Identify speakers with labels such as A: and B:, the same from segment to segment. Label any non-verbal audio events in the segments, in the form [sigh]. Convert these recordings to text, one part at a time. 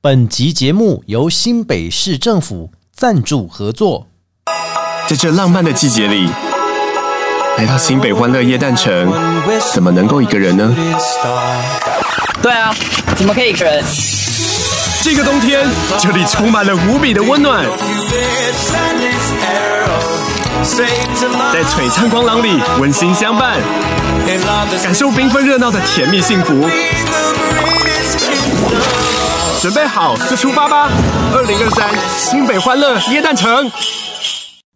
A: 本集节目由新北市政府赞助合作。
B: 在这浪漫的季节里，来到新北欢乐夜诞城，怎么能够一个人呢？
C: 对啊，怎么可以一个人？
B: 这个冬天，这里充满了无比的温暖，在璀璨光廊里温馨相伴，感受缤纷热闹的甜蜜幸福。准备好就出发吧！二零二三新北欢乐椰蛋城，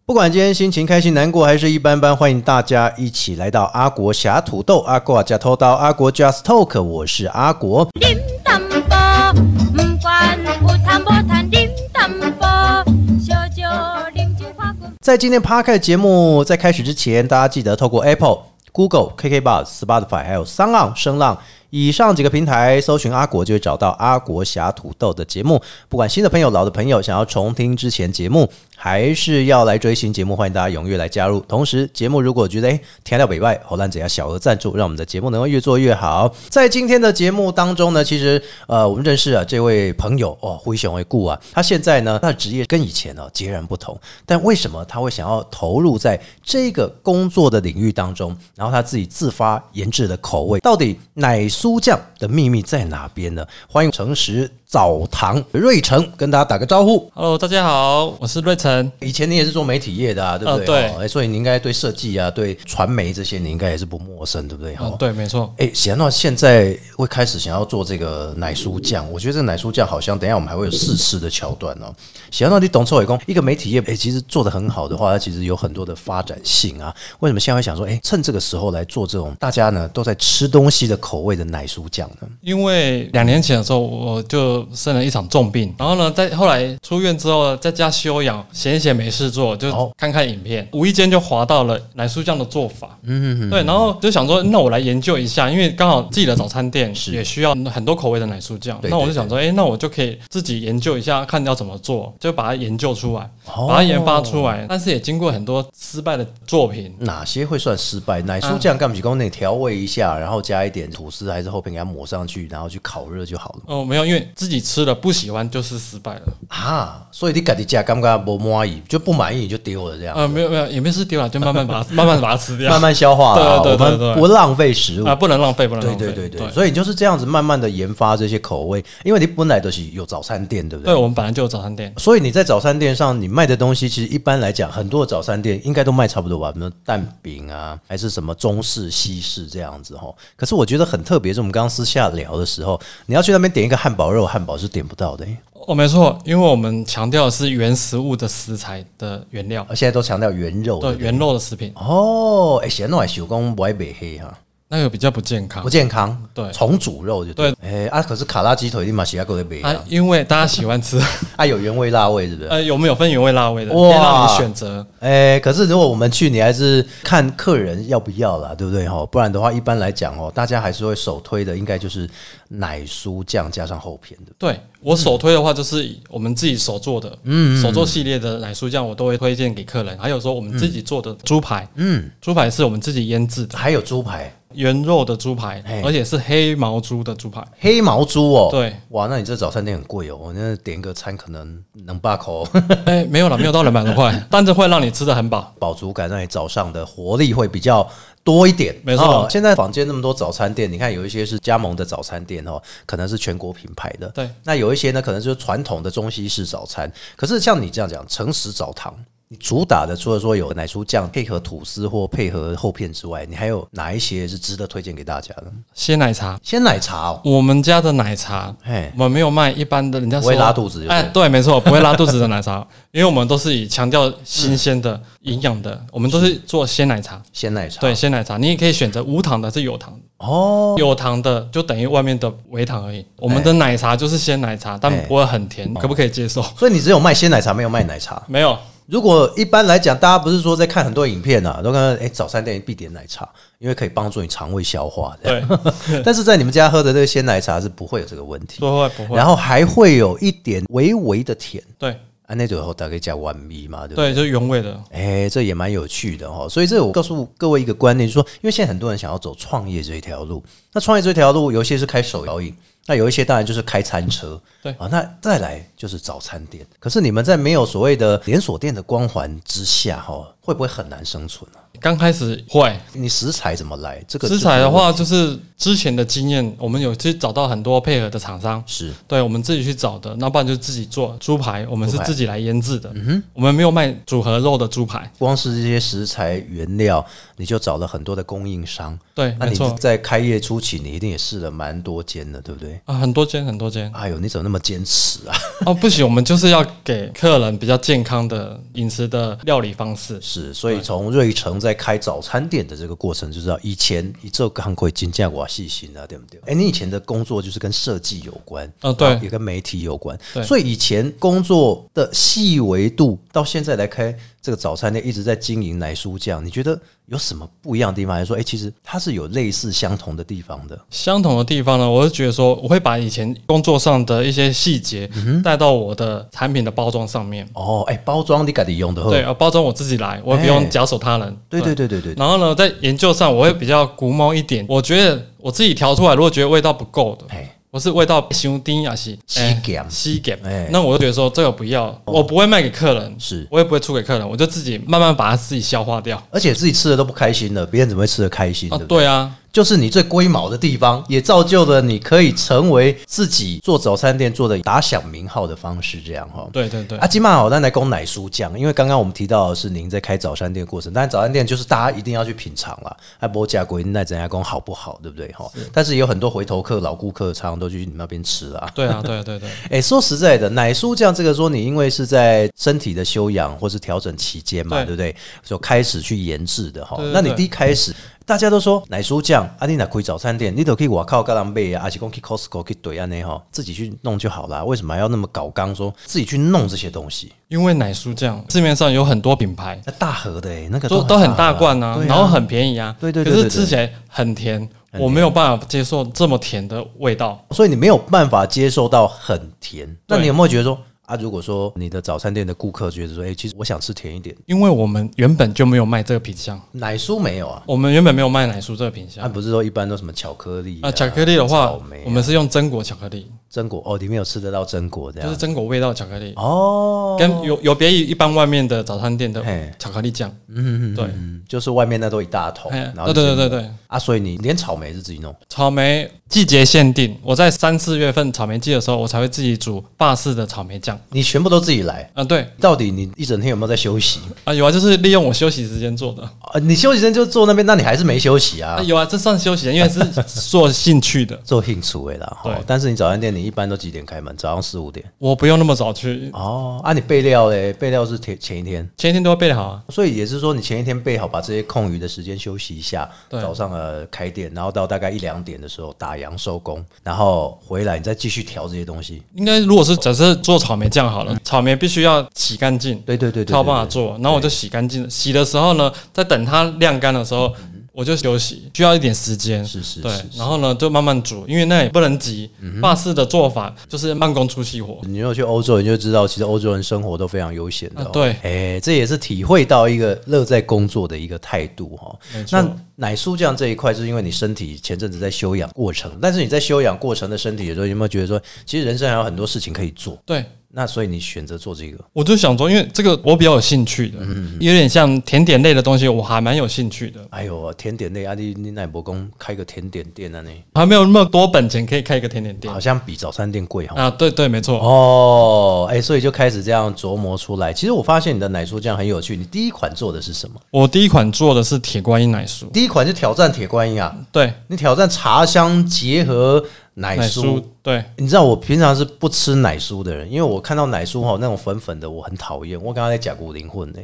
A: 不管今天心情开心、难过还是一般般，欢迎大家一起来到阿国侠土豆、阿国加偷刀、阿国 Just Talk，我是阿国。
D: điểm tâm bò Ừm, quan u tham bò than điểm tâm bò cho cho điểm chữ khoa cùng
A: 在今天 p a r k 节目在开始之前，大家记得透过 Apple、Google、KKBox、Spotify 还有三浪、声浪以上几个平台搜寻阿国，就会找到阿国侠土豆的节目。不管新的朋友、老的朋友，想要重听之前节目，还是要来追新节目，欢迎大家踊跃来加入。同时，节目如果觉得哎天到北外，侯兰姐要小额赞助，让我们的节目能够越做越好。在今天的节目当中呢，其实呃，我们认识啊这位朋友哦，灰熊为故啊，他现在呢，他的职业跟以前呢、哦、截然不同，但为什么他会想要投入在这个工作的领域当中？然后他自己自发研制的口味，到底奶酥酱的秘密在哪边呢？欢迎诚实澡堂瑞成跟大家打个招呼。
E: Hello，大家好，我是瑞成。
A: 以前你也是做媒体业的啊，对不对？
E: 呃对
A: 哦哎所以你应该对设计啊、对传媒这些，你应该也是不陌生，对不对？哈、
E: 嗯，对，没错。
A: 哎，显到现在会开始想要做这个奶酥酱，我觉得这个奶酥酱好像等一下我们还会有试吃的桥段哦。显到你懂臭伟工，一个媒体业，哎，其实做得很好的话，它其实有很多的发展性啊。为什么现在会想说，哎，趁这个时候来做这种大家呢都在吃东西的口味的奶酥酱呢？
E: 因为两年前的时候，我就生了一场重病，然后呢，在后来出院之后，在家休养，闲一闲没事做，
A: 哦
E: 就看看影片，无意间就滑到了奶酥酱的做法。嗯，对，然后就想说，那我来研究一下，因为刚好自己的早餐店也需要很多口味的奶酥酱，
A: 对
E: 那我
A: 对
E: 就想说，哎，那我就可以自己研究一下，看要怎么做，就把它研究出来，把它研发出来，但是也经过很多失败的作品。
A: 哪些会算失败？奶酥酱干不起功，那调味一下，然后加一点吐司还是厚片给它抹上去，然后去烤热就好了嘛
E: 哦，没有，因为自己吃了不喜欢就是失败了。
A: 啊。所以你自己加刚刚不满意，就不满意你就丢了这样。
E: 呃，没有没有，也没事丢了，就慢慢把它 [laughs] 慢慢把它吃掉，
A: 慢慢消化啦，
E: 对对对对
A: 我
E: 对
A: 们不浪费食物
E: 啊，。不能浪费，不能
A: 对
E: 浪费，
A: 对对对，
E: 对。
A: 所以你就是这样子慢慢的研发这些口味，因为你本来都是有早餐店，对不
E: 对，
A: 对？
E: 我们本来就有早餐店，
A: 所以你在早餐店上，你卖的东西其实一般来讲，很多的早餐店应该都卖差不多吧，比如蛋饼啊，还是什么中式、西式这样子哈。可是我觉得很特别，是我们刚刚私下聊的时候，你要去那边点一个汉堡肉，汉堡是点不到的、欸。
E: 哦，没错，因为我们强调的是原食物的食材的原料，
A: 现在都强调原肉
E: 对，
A: 的
E: 原肉的食品，
A: 哦，哎、欸，咸奶手工歪北黑哈。
E: 那个比较不健康
A: 不。健康，
E: 啊对
A: 重煮肉就对了。哎、啊，可是卡拉鸡腿立马洗下够的北
E: 啊
A: 啊，，
E: 因为大家喜
A: [laughs]
E: 欢吃，
A: 啊有原味辣味是不是？
E: 呃，有没有分原味辣味的，
A: 哇
E: 可以让你选择。
A: 哎、可是如果我们去，你还是看客人要不要啦，对不对哈？不然的话，一般来讲哦，大家还是会首推的，应该就是奶酥酱加上厚片的。
E: 对我首推的话，就是我们自己手做的，嗯，手做系列的奶酥酱，我都会推荐给客人。还有说我们自己做的猪排，
A: 嗯，
E: 猪排是我们自己腌制的
A: 还有猪排，
E: 原肉的猪排
A: 嘿，
E: 而且是黑毛猪的猪排。
A: 黑毛猪哦。
E: 对，
A: 哇，那你这早餐店很贵哦，我那点个餐可能能八口，
E: 哎、没有了，没有到两百多块，
A: [laughs]
E: 但是会让你吃的很饱。
A: 饱足感让你早上的活力会比较多一点。
E: 没错
A: 哦现在坊间那么多早餐店，你看有一些是加盟的早餐店哦，可能是全国品牌的。
E: 对，
A: 那有一些呢，可能就是传统的中西式早餐。可是像你这样讲，诚实澡堂。你主打的除了说有奶酥酱配合吐司或配合厚片之外，你还有哪一些是值得推荐给大家的？
E: 鲜奶茶，
A: 鲜奶茶哦，
E: 我们家的奶茶，
A: 嘿
E: 我们没有卖一般的，人家说
A: 不会拉肚子就
E: 哎、
A: 对
E: 对，没错，不会拉肚子的奶茶， [laughs] 因为我们都是以强调新鲜的、营养的，我们都是做鲜奶茶。
A: 鲜奶茶
E: 对，鲜奶茶，你也可以选择无糖的，还是有糖的。
A: 哦，
E: 有糖的就等于外面的微糖而已。我们的奶茶就是鲜奶茶，但不会很
A: 哦
E: 甜，可不可以接受？
A: 所以你只有卖鲜奶茶，没有卖奶茶。
E: 没有，
A: 如果一般来讲，大家不是说在看很多影片啊，都看哎、诶早餐店必点奶茶，因为可以帮助你肠胃消化。这样
E: 对，
A: [laughs] 但是在你们家喝的这个鲜奶茶是不会有这个问题，
E: 不会不会
A: 然。后还会有一点微微的甜，
E: 对
A: 啊，那种后大概加完米嘛，对不对？
E: 对，就是原味的。
A: 哎、这也蛮有趣的哦哈、所以这我告诉各位一个观念，就是说，因为现在很多人想要走创业这一条路，那创业这条路，有些是开手摇饮，那有一些当然就是开餐车，
E: 对
A: 啊，那再来就是早餐店。可是你们在没有所谓的连锁店的光环之下，哈，会不会很难生存啊？
E: 刚开始会
A: 你食材怎么来？这个
E: 食材的话，就是之前的经验，我们有去找到很多配合的厂商，
A: 是
E: 对我们自己去找的，那不然就自己做猪排，我们
A: 猪
E: 是
A: 排嗯
E: 自己来腌制的，我们没有卖组合肉的猪排，
A: 光是这些食材原料，你就找了很多的供应商。
E: 对，
A: 那
E: 没
A: 你
E: 错
A: 在开业初期，你一定也试了蛮多间的，对不对？
E: 啊，很多间很多间 [laughs]
A: 哎呦，你怎么那么坚持啊？
E: 哦，不行，我们就是要给客人比较健康的饮食的料理方式，
A: 是，所以从瑞城在开早餐店的这个过程，就知道以前一做工会金价我细心啊，对不对？哎，你以前的工作就是跟设计有关，啊
E: 哦对
A: 然后也跟媒体有关，
E: 对
A: 所以以前工作的细维度到现在来开这个早餐店，一直在经营奶酥酱，你觉得有什么不一样的地方？还是说，哎，其实它是有类似相同的地方的？
E: 相同的地方呢，我是觉得说，我会把以前工作上的一些细节
A: 嗯
E: 带到我的产品的包装上面。
A: 哦，哎，包装你改的用的，
E: 对，，呃包装我自己来，我也不
A: 哦哎
E: 用假手他人。
A: 对对对对对，
E: 然后呢，在研究上我会比较古猫一点，我觉得我自己调出来，如果觉得味道不够的，
A: 哎，
E: 我是味道熊丁呀西
A: 太咸
E: 西咸
A: 哎，
E: 那我就觉得说这个不要，我不会卖给客人，
A: 是
E: 我也不会出给客人，我就自己慢慢把它自己消化掉。
A: 而且自己吃的都不开心了，别人怎么会吃的开心？
E: 啊
A: 对不，对？
E: 对啊，
A: 就是你最龟毛的地方，也造就了你可以成为自己做早餐店做的打响名号的方式，这样哈。
E: 对对对
A: 啊，，今晚好，那来供奶酥酱，因为刚刚我们提到的是您在开早餐店的过程，但早餐店就是大家一定要去品尝啦。啊，波甲国那怎样供好不好，对不对哈？但是也有很多回头客、老顾客，常常都去你们那边吃啦。
E: 对啊，对对对。
A: 哎、说实在的，奶酥酱这个说你因为是在身体的休养或是调整期间嘛，对
E: 对
A: 不对？就开始去研制的哈
E: 对。对
A: 那你
E: 对
A: 第一开始大家都说奶酥酱，啊，你哪开早餐店，你都可以我靠干浪贝啊，而且讲去 Costco 去对安内哈，自己去弄就好啦。为什么还要那么搞刚说自己去弄这些东西？
E: 因为奶酥酱市面上有很多品牌，
A: 那大盒的哎、那个
E: 都
A: 都
E: 都很
A: 大
E: 大
A: 盒
E: 罐
A: 啊
E: 啊，
A: 对啊
E: 然后很便宜啊，
A: 对对对
E: 可
A: 对
E: 是
A: 对
E: 吃起来很甜，我没有办法接受这么甜的味道。
A: 所以你没有办法接受到很甜。那
E: 对
A: 你有没有觉得说啊，如果说你的早餐店的顾客觉得说，哎、其实我想吃甜一点，
E: 因为我们原本就没有卖这个品相，
A: 奶酥没有啊？
E: 我们原本没有卖奶酥这个品
A: 啊，
E: 相。
A: 不是说一般都什么巧克力
E: 啊，巧克力的话
A: 草莓啊，
E: 我们是用榛果巧克力，
A: 榛果哦，里面有吃得到榛果这
E: 就
A: 样
E: 是榛果味道巧克力，
A: 哦，
E: 跟有有别于一般外面的早餐店的
A: 嘿
E: 巧克力酱。
A: 嗯哦
E: 对，
A: 嗯，就是外面那都一大桶，
E: 嘿
A: 然后
E: 哎对
A: 你自己
E: 对对对
A: 弄
E: 对
A: 啊，所以你连草莓是自己弄
E: 草莓季节限定，我在三四月份草莓季的时候，我才会自己煮法式的草莓酱。
A: 你全部都自己来。
E: 啊，对
A: 到底你一整天有没有在休息？
E: 啊，有啊，就是利用我休息时间做的。
A: 啊，你休息时间就坐那边，那你还是没休息啊
E: 啊，？有啊，这算休息，因为是做兴趣的，
A: 做兴趣的啦，哈
E: 对。
A: 但是你早餐店你一般都几点开门？早上四五点
E: 我不用那么早去，
A: 哦。啊，你备料嘞？备料是前前一天，
E: 前一天都要备好啊。
A: 所以也是说你前一天备好，把这些空余的时间休息一下，
E: 对
A: 早上呃开店，然后到大概一两点的时候打烊收工，然后回来你再继续调这些东西。
E: 应该如果是假设做草莓酱好了，草莓必须要洗干净，
A: 嗯对对对对
E: 才有办法
A: 对对
E: 做。然后我就洗干净了，洗的时候呢，在等它晾干的时候。我就休息，需要一点时间，
A: 嗯是是
E: 对
A: 是是，嗯
E: 然后呢就慢慢煮，因为那也不能急。法式的做法就是慢工出细活，
A: 你如果去欧洲，你就知道，其实欧洲人生活都非常悠闲的、哦
E: 啊对
A: 哎、这也是体会到一个乐在工作的一个态度哈、
E: 没错
A: 那奶酥酱这一块，是因为你身体前阵子在休养过程，但是你在休养过程的身体的时候，有没有觉得说，其实人生还有很多事情可以做？
E: 对。
A: 那所以你选择做这个，
E: 我就想说，因为这个我比较有兴趣
A: 嗯
E: 的，有点像甜点类的东西，我还蛮有兴趣的。
A: 哎呦，甜点类啊，你你奶伯公开个甜点店啊，你
E: 还没有那么多本钱可以开一个甜点店
A: 好像比早餐店贵哈。
E: 啊！对对，没错，
A: 哦，哎、所以就开始这样琢磨出来。其实我发现你的奶酥酱很有趣，你第一款做的是什么？
E: 我第一款做的是铁观音奶酥，
A: 第一款就挑战铁观音啊，
E: 对，
A: 你挑战茶香结合奶
E: 奶
A: 酥。
E: 酥，对，
A: 你知道我平常是不吃奶酥的人，因为我看到奶酥哈那种粉粉的，我很讨厌。我刚刚在甲骨灵魂呢、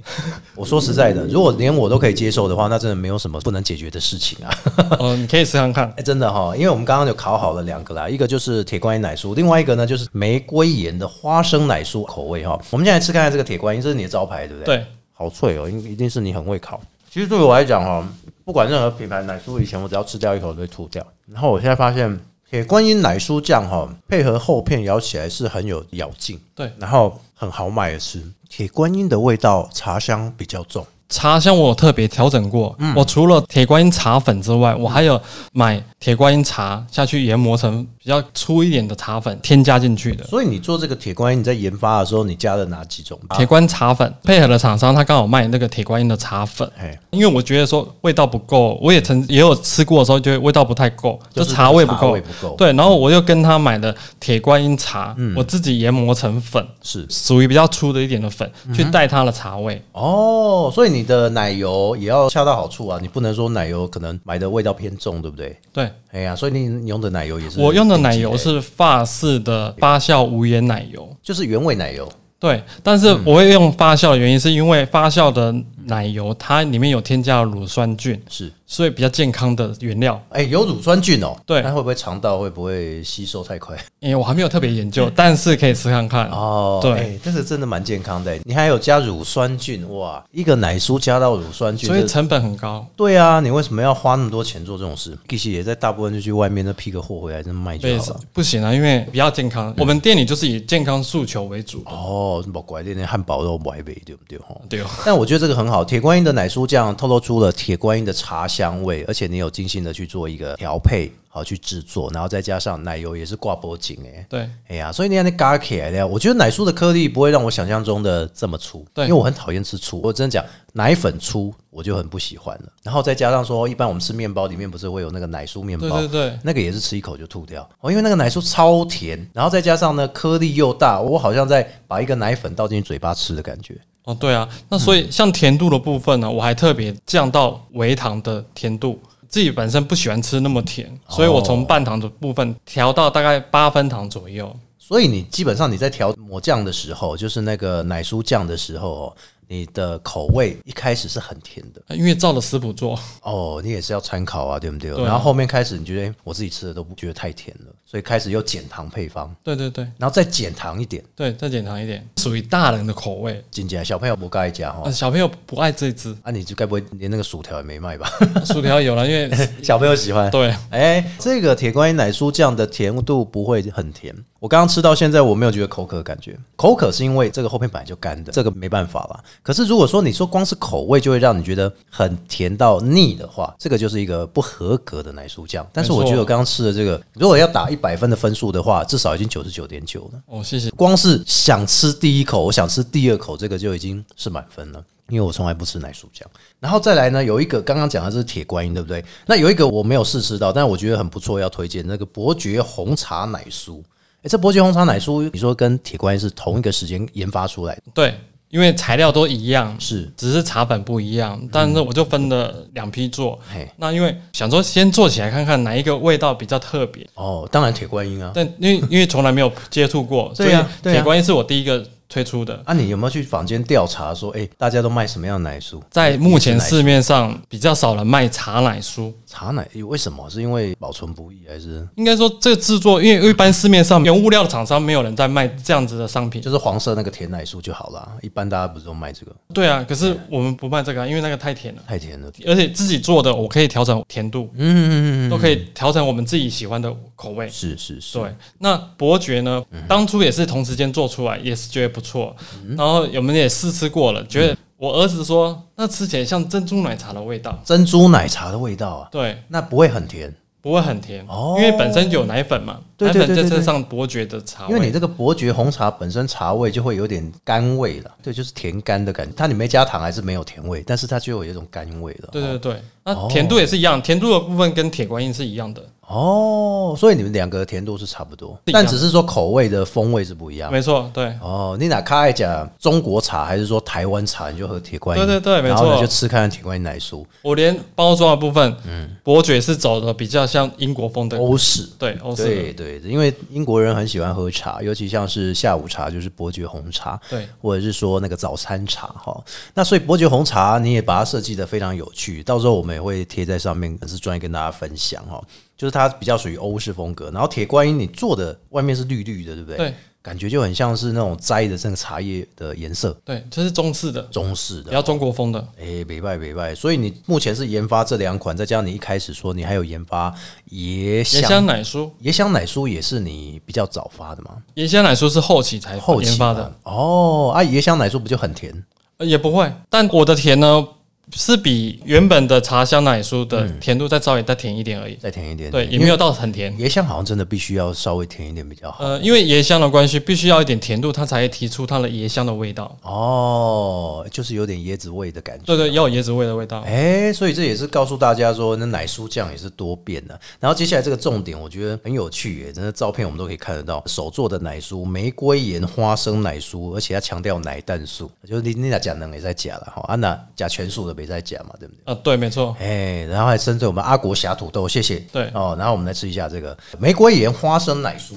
A: 我说实
E: [laughs]
A: 在的，如果连我都可以接受的话，那真的没有什么不能解决的事情啊。
E: [laughs] 呃，你可以试看看
A: 哎、，真的哈、因为我们刚刚就烤好了两个啦，一个就是铁观音奶酥，另外一个呢就是玫瑰盐的花生奶酥口味哈、我们现在吃看看这个铁观音，这是你的招牌对不对？
E: 对，
A: 好脆哦，一定是你很会烤。其实对我来讲哈、不管任何品牌奶酥，以前我只要吃掉一口就会吐掉。然后我现在发现铁观音奶酥酱哈、配合厚片咬起来是很有咬劲，
E: 对
A: 然后很好买的吃。铁观音的味道茶香比较重，
E: 茶香我有特别调整过，
A: 嗯
E: 我除了铁观音茶粉之外，我还有买铁观音茶下去研磨成比较粗一点的茶粉，添加进去的。
A: 所以你做这个铁观音，你在研发的时候，你加了哪几种？
E: 铁观音茶粉配合的厂商，他刚好卖那个铁观音的茶粉，
A: 哎，
E: 因为我觉得说味道不够，我也曾也有吃过的时候，觉得味道不太够，
A: 就
E: 就是茶味不
A: 茶
E: 够
A: 味。不够
E: 对，然后我又跟他买的铁观音茶，我自己研磨成粉，
A: 是
E: 属于比较粗的一点的粉，
A: 嗯
E: 去带它的茶味。
A: 哦，所以你的奶油也要恰到好处啊，你不能说奶油可能买的味道偏重，对不对？
E: 对
A: 哎呀，所以你用的奶油也是
E: 我用的奶
A: 顶
E: 油
A: 级欸
E: 是法式的发酵无盐奶油。
A: 就是原味奶油，
E: 对，但是我会用发酵的原因，是因为发酵的奶油它里面有添加了乳酸菌，
A: 是
E: 所以比较健康的原料。
A: 哎、有乳酸菌哦，
E: 对
A: 那会不会肠道会不会吸收太
E: [laughs]
A: 快？
E: 因为我还没有特别研究，但是可以吃看看。
A: 嗯哦，
E: 对
A: 哎这个真的蛮健康的。你还有加乳酸菌，哇，一个奶酥加到乳酸菌，
E: 所以
A: 这
E: 成本很高。
A: 对啊，你为什么要花那么多钱做这种事？其实也在大部分就去外面那批个货回来，真卖就
E: 对
A: 好了。，
E: 不行啊，因为比较健康。我们店里就是以健康诉求为主的，
A: 哦，不拐那汉堡肉买呗，对不对？吼
E: 对哦，
A: 但我觉得这个很好，铁观音的奶酥酱透露出了铁观音的茶香味，而且你有精心的去做一个调配，好去制作，然后再加上奶油也是挂脖颈哎。
E: 对，
A: 哎呀，所以你看那嘎起来的，我觉得奶酥的颗粒不会让我想象中的这么粗，
E: 对
A: 因为我很讨厌吃粗，我真的讲奶粉粗我就很不喜欢了。然后再加上说，一般我们吃面包里面不是会有那个奶酥面包，
E: 对对对
A: 那个也是吃一口就吐掉哦，因为那个奶酥超甜，然后再加上呢颗粒又大，我好像在把一个奶粉倒进嘴巴吃的感觉。
E: 哦，对啊。那所以像甜度的部分呢，我还特别降到微糖的甜度。自己本身不喜欢吃那么甜，所以我从半糖的部分调到大概八分糖左右。
A: 所以你基本上你在调抹酱的时候，就是那个奶酥酱的时候哦，你的口味一开始是很甜的。
E: 呃因为照着食谱做， [laughs]
A: 哦，你也是要参考啊，对不对？
E: 对啊
A: 然后后面开始你觉得、诶我自己吃的都不觉得太甜了，所以开始又减糖配方，
E: 对对对
A: 然后再减糖一点，
E: 对，再减糖一点，属于大人的口味。
A: 进来小朋友不该加
E: 呃，
A: 哈。
E: 小朋友不爱这一只
A: 啊，你就该不会连那个薯条也没卖吧？ [laughs]
E: 薯条有了，因为
A: 小朋友喜欢。
E: 对
A: [laughs] 哎、这个铁观音奶酥酱的甜度不会很甜。我刚刚吃到现在，我没有觉得口渴的感觉。口渴是因为这个后面本来就干的，这个没办法啦。可是如果说你说光是口味就会让你觉得很甜到腻的话，这个就是一个不合格的奶酥酱。但是我
E: 没错
A: 觉得我刚刚吃的这个，如果要打一百分的分数的话，至少已经九十九点九了。
E: 哦，谢谢。
A: 光是想吃第一口，我想吃第二口，这个就已经是满分了。因为我从来不吃奶酥酱，然后再来呢，有一个刚刚讲的是铁观音，对不对？那有一个我没有试吃到，但我觉得很不错，要推荐那个伯爵红茶奶酥。诶，这伯爵红茶奶酥，你说跟铁观音是同一个时间研发出来的，
E: 对，因为材料都一样，
A: 是
E: 只是茶粉不一样，但是我就分了两批做。
A: 嘿
E: 那因为想说先做起来看看哪一个味道比较特别，
A: 哦，当然铁观音啊。
E: 但因为因为从来没有接触过，所以
A: 对啊对啊
E: 铁观音是我第一个推出的。
A: 啊，你有没有去坊间调查说，诶，大家都卖什么样的奶酥？
E: 在目前
A: 你吃奶
E: 市面上比较少人卖茶奶酥，
A: 茶奶，为什么？是因为保存不易，还是
E: 应该说这制作，因为一般市面上原物料的厂商没有人在卖这样子的商品
A: 就。是黄色那个甜奶酥就好啦。一般大家不是都卖这个，
E: 对啊，可是我们不卖这个啊、因为那个太甜了，
A: 太甜了。
E: 而且自己做的我可以调整甜度，
A: 嗯，
E: 都可以调整我们自己喜欢的口味。
A: 是是是，
E: 对，那伯爵呢，
A: 嗯
E: 当初也是同时间做出来，也是觉得不错。然后我们也试吃过了，觉得我儿子说那吃起来像珍珠奶茶的味道，
A: 珍珠奶茶的味道啊，
E: 对，
A: 那不会很甜，
E: 不会很甜，
A: 哦
E: 因为本身有奶粉嘛，
A: 对对对
E: 奶
A: 对
E: 粉再
A: 对
E: 加上伯爵的茶
A: 因
E: 味，
A: 为你这个伯爵红茶本身茶味就会有点甘味了，对，就是甜甘的感觉。它你没加糖还是没有甜味，但是它就有一种甘味了。
E: 对对对，那甜度也是一样，甜度的部分跟铁观音是一样的，
A: 哦，所以你们两个的甜度是差不多，
E: 是一样
A: 但只是说口味的风味是不一样。
E: 没错，对。
A: 哦，你哪咖爱讲中国茶还是说台湾茶，你就喝铁观音。
E: 对对对没
A: 然后呢
E: 错
A: 就吃看看铁观音奶酥，
E: 我连包装的部分，伯爵是走的比较像英国风的，
A: 嗯欧式。
E: 对欧式
A: 对
E: 的，
A: 对，因为英国人很喜欢喝茶，尤其像是下午茶，就是伯爵红茶，
E: 对
A: 或者是说那个早餐茶哈。那所以伯爵红茶你也把它设计的非常有趣，到时候我们也会贴在上面，可是专业跟大家分享哈。就是它比较属于欧式风格，然后铁观音你做的外面是绿绿的，对不对？
E: 对，
A: 感觉就很像是那种摘的这个茶叶的颜色，
E: 对，这是中式的，
A: 中式的
E: 比。较中国风的，
A: 哎，北拜北拜，所以你目前是研发这两款，再加上你一开始说你还有研发椰
E: 椰香奶酥，
A: 椰香奶酥也是你比较早发的吗？
E: 椰香奶酥是后期才
A: 后期
E: 研发
A: 吗
E: 的，
A: 哦，啊，椰香奶酥不就很甜？
E: 呃也不会。但我的甜呢，是比原本的茶香奶酥的甜度再稍微再甜一点而已。
A: 嗯再甜一点，
E: 对，也没有到很甜
A: 因。为椰香好像真的必须要稍微甜一点比较好。
E: 呃，因为椰香的关系，必须要一点甜度，它才会提出它的椰香的味道。
A: 哦，就是有点椰子味的感觉。
E: 对对，要有椰子味的味道。
A: 哎、所以这也是告诉大家说，那奶酥酱也是多变的、然后接下来这个重点，我觉得很有趣耶，真的照片我们都可以看得到，手做的奶酥，玫瑰盐花生奶酥，而且它强调奶蛋素，就是你你俩讲能也在假了哈，啊那假全素的没在假嘛，对不对？
E: 啊，对，没错。
A: 哎、然后还针对我们阿国侠土豆，谢谢。
E: 对
A: 哦，然后我们来吃一下这个玫瑰盐花生奶酥。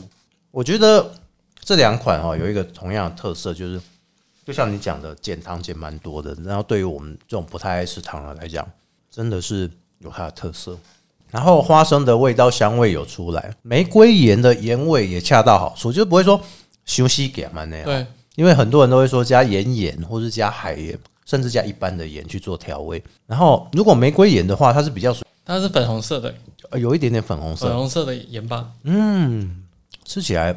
A: 我觉得这两款哦有一个同样的特色，就是就像你讲的，减糖减蛮多的。然后对于我们这种不太爱吃糖的来讲，真的是有它的特色。然后花生的味道香味有出来，玫瑰盐的盐味也恰到好处，就不会说休息给嘛那样。
E: 对，
A: 因为很多人都会说加盐盐，或是加海盐，甚至加一般的盐去做调味。然后如果玫瑰盐的话，它是比较属于
E: 它是粉红色的，
A: 呃有一点点粉红
E: 粉
A: 色，
E: 红色的盐巴。
A: 吃起来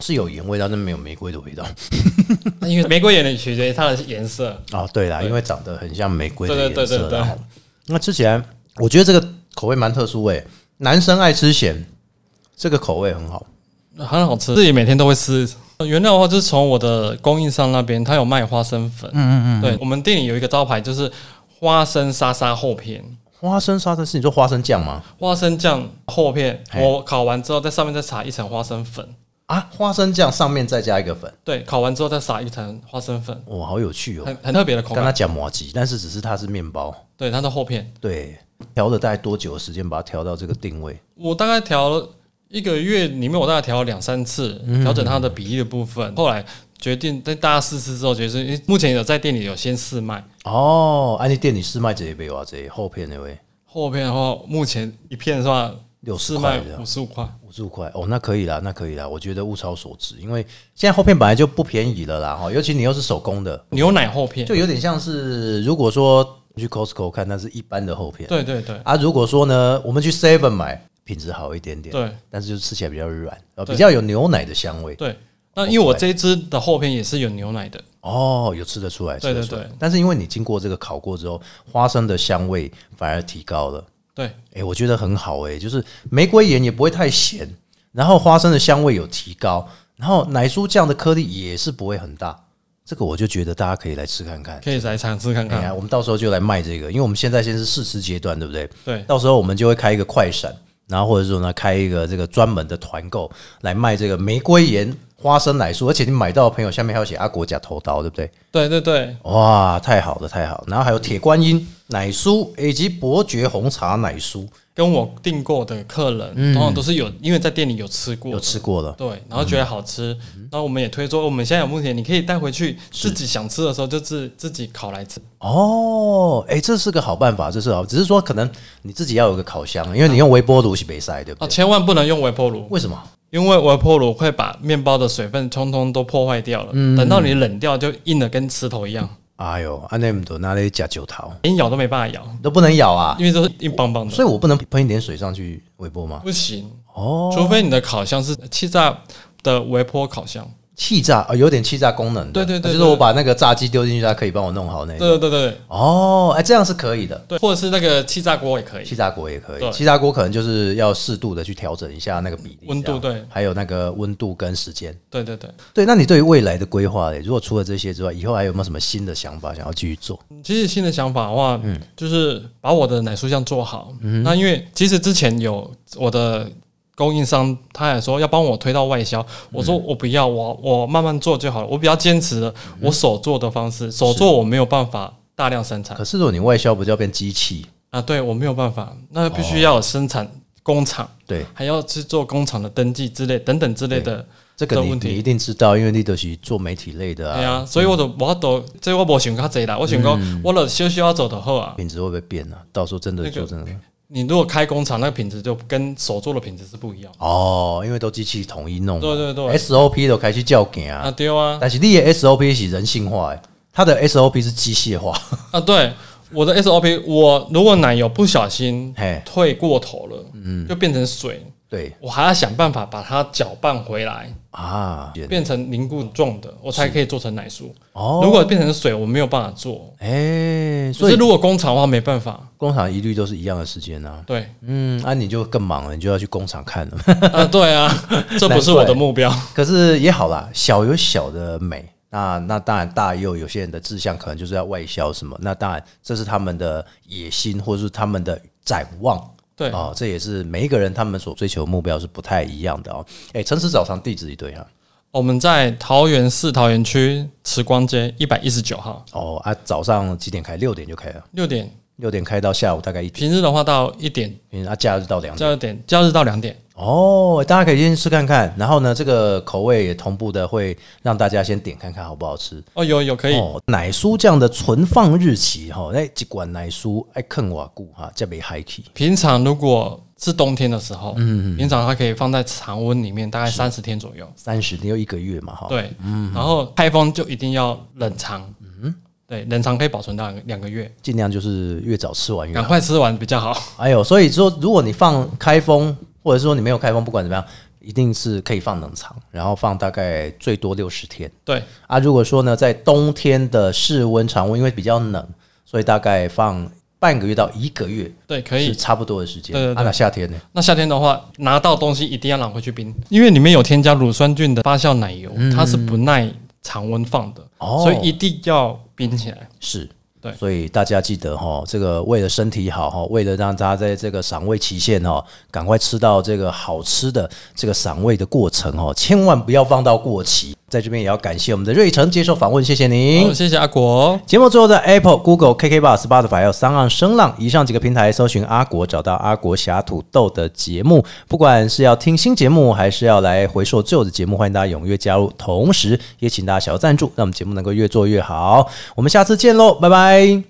A: 是有盐味道，但没有玫瑰的味道。
E: 那因为玫瑰盐的取决于它的颜色。
A: 哦，对啦，因为长得很像玫瑰的
E: 对对
A: 颜
E: 对
A: 色
E: 对对
A: 啦，然后那吃起来我觉得这个口味蛮特殊诶、男生爱吃咸，这个口味很好。
E: 很好吃，自己每天都会吃。呃原料的话，就是从我的供应商那边，他有卖花生粉。嗯嗯嗯。对我们店里有一个招牌，就是花生沙沙厚片、
A: 花生沙的是你说花生酱吗？
E: 花生酱厚片。
A: 嘿
E: 我烤完之后，在上面再撒一层花生粉。
A: 啊，花生酱上面再加一个粉，
E: 对，烤完之后再撒一层花生粉，
A: 哇，好有趣
E: 很
A: 哦！
E: 很特别的口
A: 刚刚
E: 感。
A: 讲麻吉，但是只是它是面包，
E: 对，它的厚片，
A: 对，调了大概多久的时间把它调到这个定位？
E: 我大概调了一个月里面，我大概调了两三次，
A: 嗯
E: 调整它的比例的部分。后来决定在大家试吃之后，决定诶目前有在店里有先试卖。
A: 哦，安利店里试卖这一杯啊哇，这一后片那位
E: 厚片的话，目前一片的话
A: 60
E: 试
A: 块
E: 卖
A: 这样
E: 五十五块。
A: 五十五块哦，那可以啦，那可以啦，我觉得物超所值，因为现在后片本来就不便宜了啦哦哈，尤其你又是手工的，
E: 牛奶厚片，
A: 就有点像是如果说去 Costco 看，那是一般的后片，
E: 对对对
A: 啊，如果说呢，我们去 Seven 买，品质好一点点，
E: 对，
A: 但是就吃起来比较软，呃，
E: 对
A: 比较有牛奶的香味，
E: 对。那因为我这一支的厚片也是有牛奶的，
A: 哦，有吃得出来，吃
E: 对
A: 得
E: 对
A: 出来
E: 对，
A: 但是因为你经过这个烤过之后，花生的香味反而提高了。
E: 对
A: 哎、我觉得很好哎、就是玫瑰盐也不会太咸，然后花生的香味有提高，然后奶酥酱的颗粒也是不会很大，这个我就觉得大家可以来吃看看。
E: 可以来尝试看
A: 哎呀，
E: 看。
A: 我们到时候就来卖这个，因为我们现在先是试吃阶段，对不对？
E: 对
A: 到时候我们就会开一个快闪，然后或者说呢，开一个这个专门的团购来卖这个玫瑰盐花生奶酥，而且你买到的朋友下面还要写阿国家头刀，对不对？
E: 对对对，
A: 哇，太好了，太好了！然后还有铁观音奶酥以及伯爵红茶奶酥，
E: 跟我订购的客人，通常都是有，因为在店里有吃
A: 嗯
E: 过
A: 有，吃过了。
E: 对，然后觉得好吃，
A: 嗯
E: 然后我们也推说，我们现在有目前你可以带回去，自己想吃的时候就自自己烤来吃。
A: 哦，哎、这是个好办法，这是好，只是说可能你自己要有个烤箱，因为你用微波炉是没塞，对不
E: 啊，
A: 对？
E: 千万不能用微波炉，
A: 为什么？
E: 因为微波炉会把面包的水分通通都破坏掉了，
A: 嗯
E: 等到你冷掉就硬的跟石头一样，
A: 哎呦，安内姆多那里假酒桃
E: 连咬都没办法咬，
A: 都不能咬啊，
E: 因为都是硬邦邦的，
A: 所以我不能喷一点水上去微波吗？
E: 不行。
A: 哦，
E: 除非你的烤箱是气炸的微波烤箱。
A: 气炸哦，有点气炸功能的，啊
E: 对对对
A: 就是我把那个炸鸡丢进去，它可以帮我弄好那个。
E: 对对对对
A: 哦，哎、这样是可以的。
E: 对，或者是那个气炸锅也可以
A: 气。炸锅也可以，
E: 对
A: 气炸锅可能就是要适度的去调整一下那个比例，
E: 温度
A: 这样
E: 对
A: 还有那个温度跟时间。
E: 对对对，
A: 对，那你对于未来的规划嘞？如果除了这些之外，以后还有没有什么新的想法想要继续做？
E: 其实新的想法的话，就是把我的奶酥酱做好。那因为其实之前有我的供应商，他也说要帮我推到外销，我说我不要，我我慢慢做就好了。我比较坚持的我手做的方式，手做我没有办法大量生产
A: 可是如果你外销，不就要变机器？
E: 啊，对我没有办法，那必须要有生产工厂，
A: 对，
E: 还要去做工厂的登记之类等等之类的。
A: 这个
E: 的
A: 你
E: 问题
A: 你一定知道，因为你都是做媒体类的
E: 对
A: 啊，
E: 啊，所以我就我都这我无想较济啦，我想讲我了小小做就好啊。
A: 品质会不会变啊？到时候真的
E: 那个
A: 做真的、
E: 你如果开工厂，那个品质就跟手做的品质是不一样。
A: 哦，因为都机器统一弄嘛，
E: 对对对
A: ，SOP 都开始叫给
E: 啊，
A: 啊，
E: 对啊，
A: 但是你的 SOP 是人性化的，它的 SOP 是机械化，
E: 啊对，我的 SOP，我如果奶油不小心
A: 嘿嗯
E: 退过头了，就变成水，
A: 对
E: 我还要想办法把它搅拌回来，
A: 啊，
E: 变成凝固状的，我才可以做成奶酥。
A: 哦，
E: 如果变成水，我没有办法做。
A: 哎、
E: 所
A: 所
E: 以
A: 以
E: 如果工厂的话，没办法。
A: 工厂一律都是一样的时间啊。
E: 对，
A: 嗯，啊，你就更忙了，你就要去工厂看了。
E: 啊，
A: [laughs]
E: 对啊， [laughs] 这不是我的目标。
A: 可是也好啦，小有小的美。那那当然，大也有有些人的志向可能就是要外销什么，那当然这是他们的野心，或者是他们的展望。
E: 对，
A: 哦，这也是每一个人他们所追求的目标是不太一样的哦。哎，诚实早上地址一堆啊，
E: 我们在桃园市桃园区慈光街一百一十九号，
A: 哦啊，早上几点开？六点就开了，
E: 六点。
A: 六点开到下午大概一点，
E: 平日的话到一点，
A: 嗯啊，假日到两点。
E: 假日点假日到两点。
A: 哦，大家可以先试看看，然后呢，这个口味也同步的会让大家先点看看好不好吃。
E: 哦，有有可以，
A: 哦，奶酥酱的存放日期哈，那一罐奶酥爱坑瓦固哈，这没嗨起
E: 平常如果是冬天的时候，嗯，平常它可以放在常温里面，大概三十天左右。
A: 三十天又一个月嘛哈。，
E: 对，然后开封就一定要冷藏，嗯，对，冷藏可以保存到两个两个月，
A: 尽量就是越早吃完越
E: 赶
A: 好。
E: 快吃完比较好。 [laughs]
A: 哎呦，所以说如果你放开封，或者说你没有开封，不管怎么样，一定是可以放冷藏，然后放大概最多六十天。
E: 对，
A: 啊，如果说呢，在冬天的室温常温，因为比较冷，所以大概放半个月到一个月
E: 对，可
A: 是
E: 以。
A: 差不多的时间。
E: 对对对
A: 啊，那夏天呢？
E: 那夏天的话，拿到东西一定要拿回去冰，因为里面有添加乳酸菌的发酵奶油，它是不耐常温放的，
A: 哦
E: 所以一定要冰起来。
A: 是。
E: 对
A: 所以大家记得哈、这个为了身体好哈、为了让大家在这个赏味期限哈、赶快吃到这个好吃的这个赏味的过程哈、千万不要放到过期。在这边也要感谢我们的瑞成接受访问，谢谢您。
E: 好，谢谢阿国。
A: 节目最后在 Apple、Google、KK Bar、Spotify 还有三岸声浪以上几个平台搜寻阿国，找到阿国侠土豆的节目。不管是要听新节目，还是要来回溯旧的节目，欢迎大家踊跃加入。同时，也请大家小额赞助，让我们节目能够越做越好。我们下次见喽，拜拜。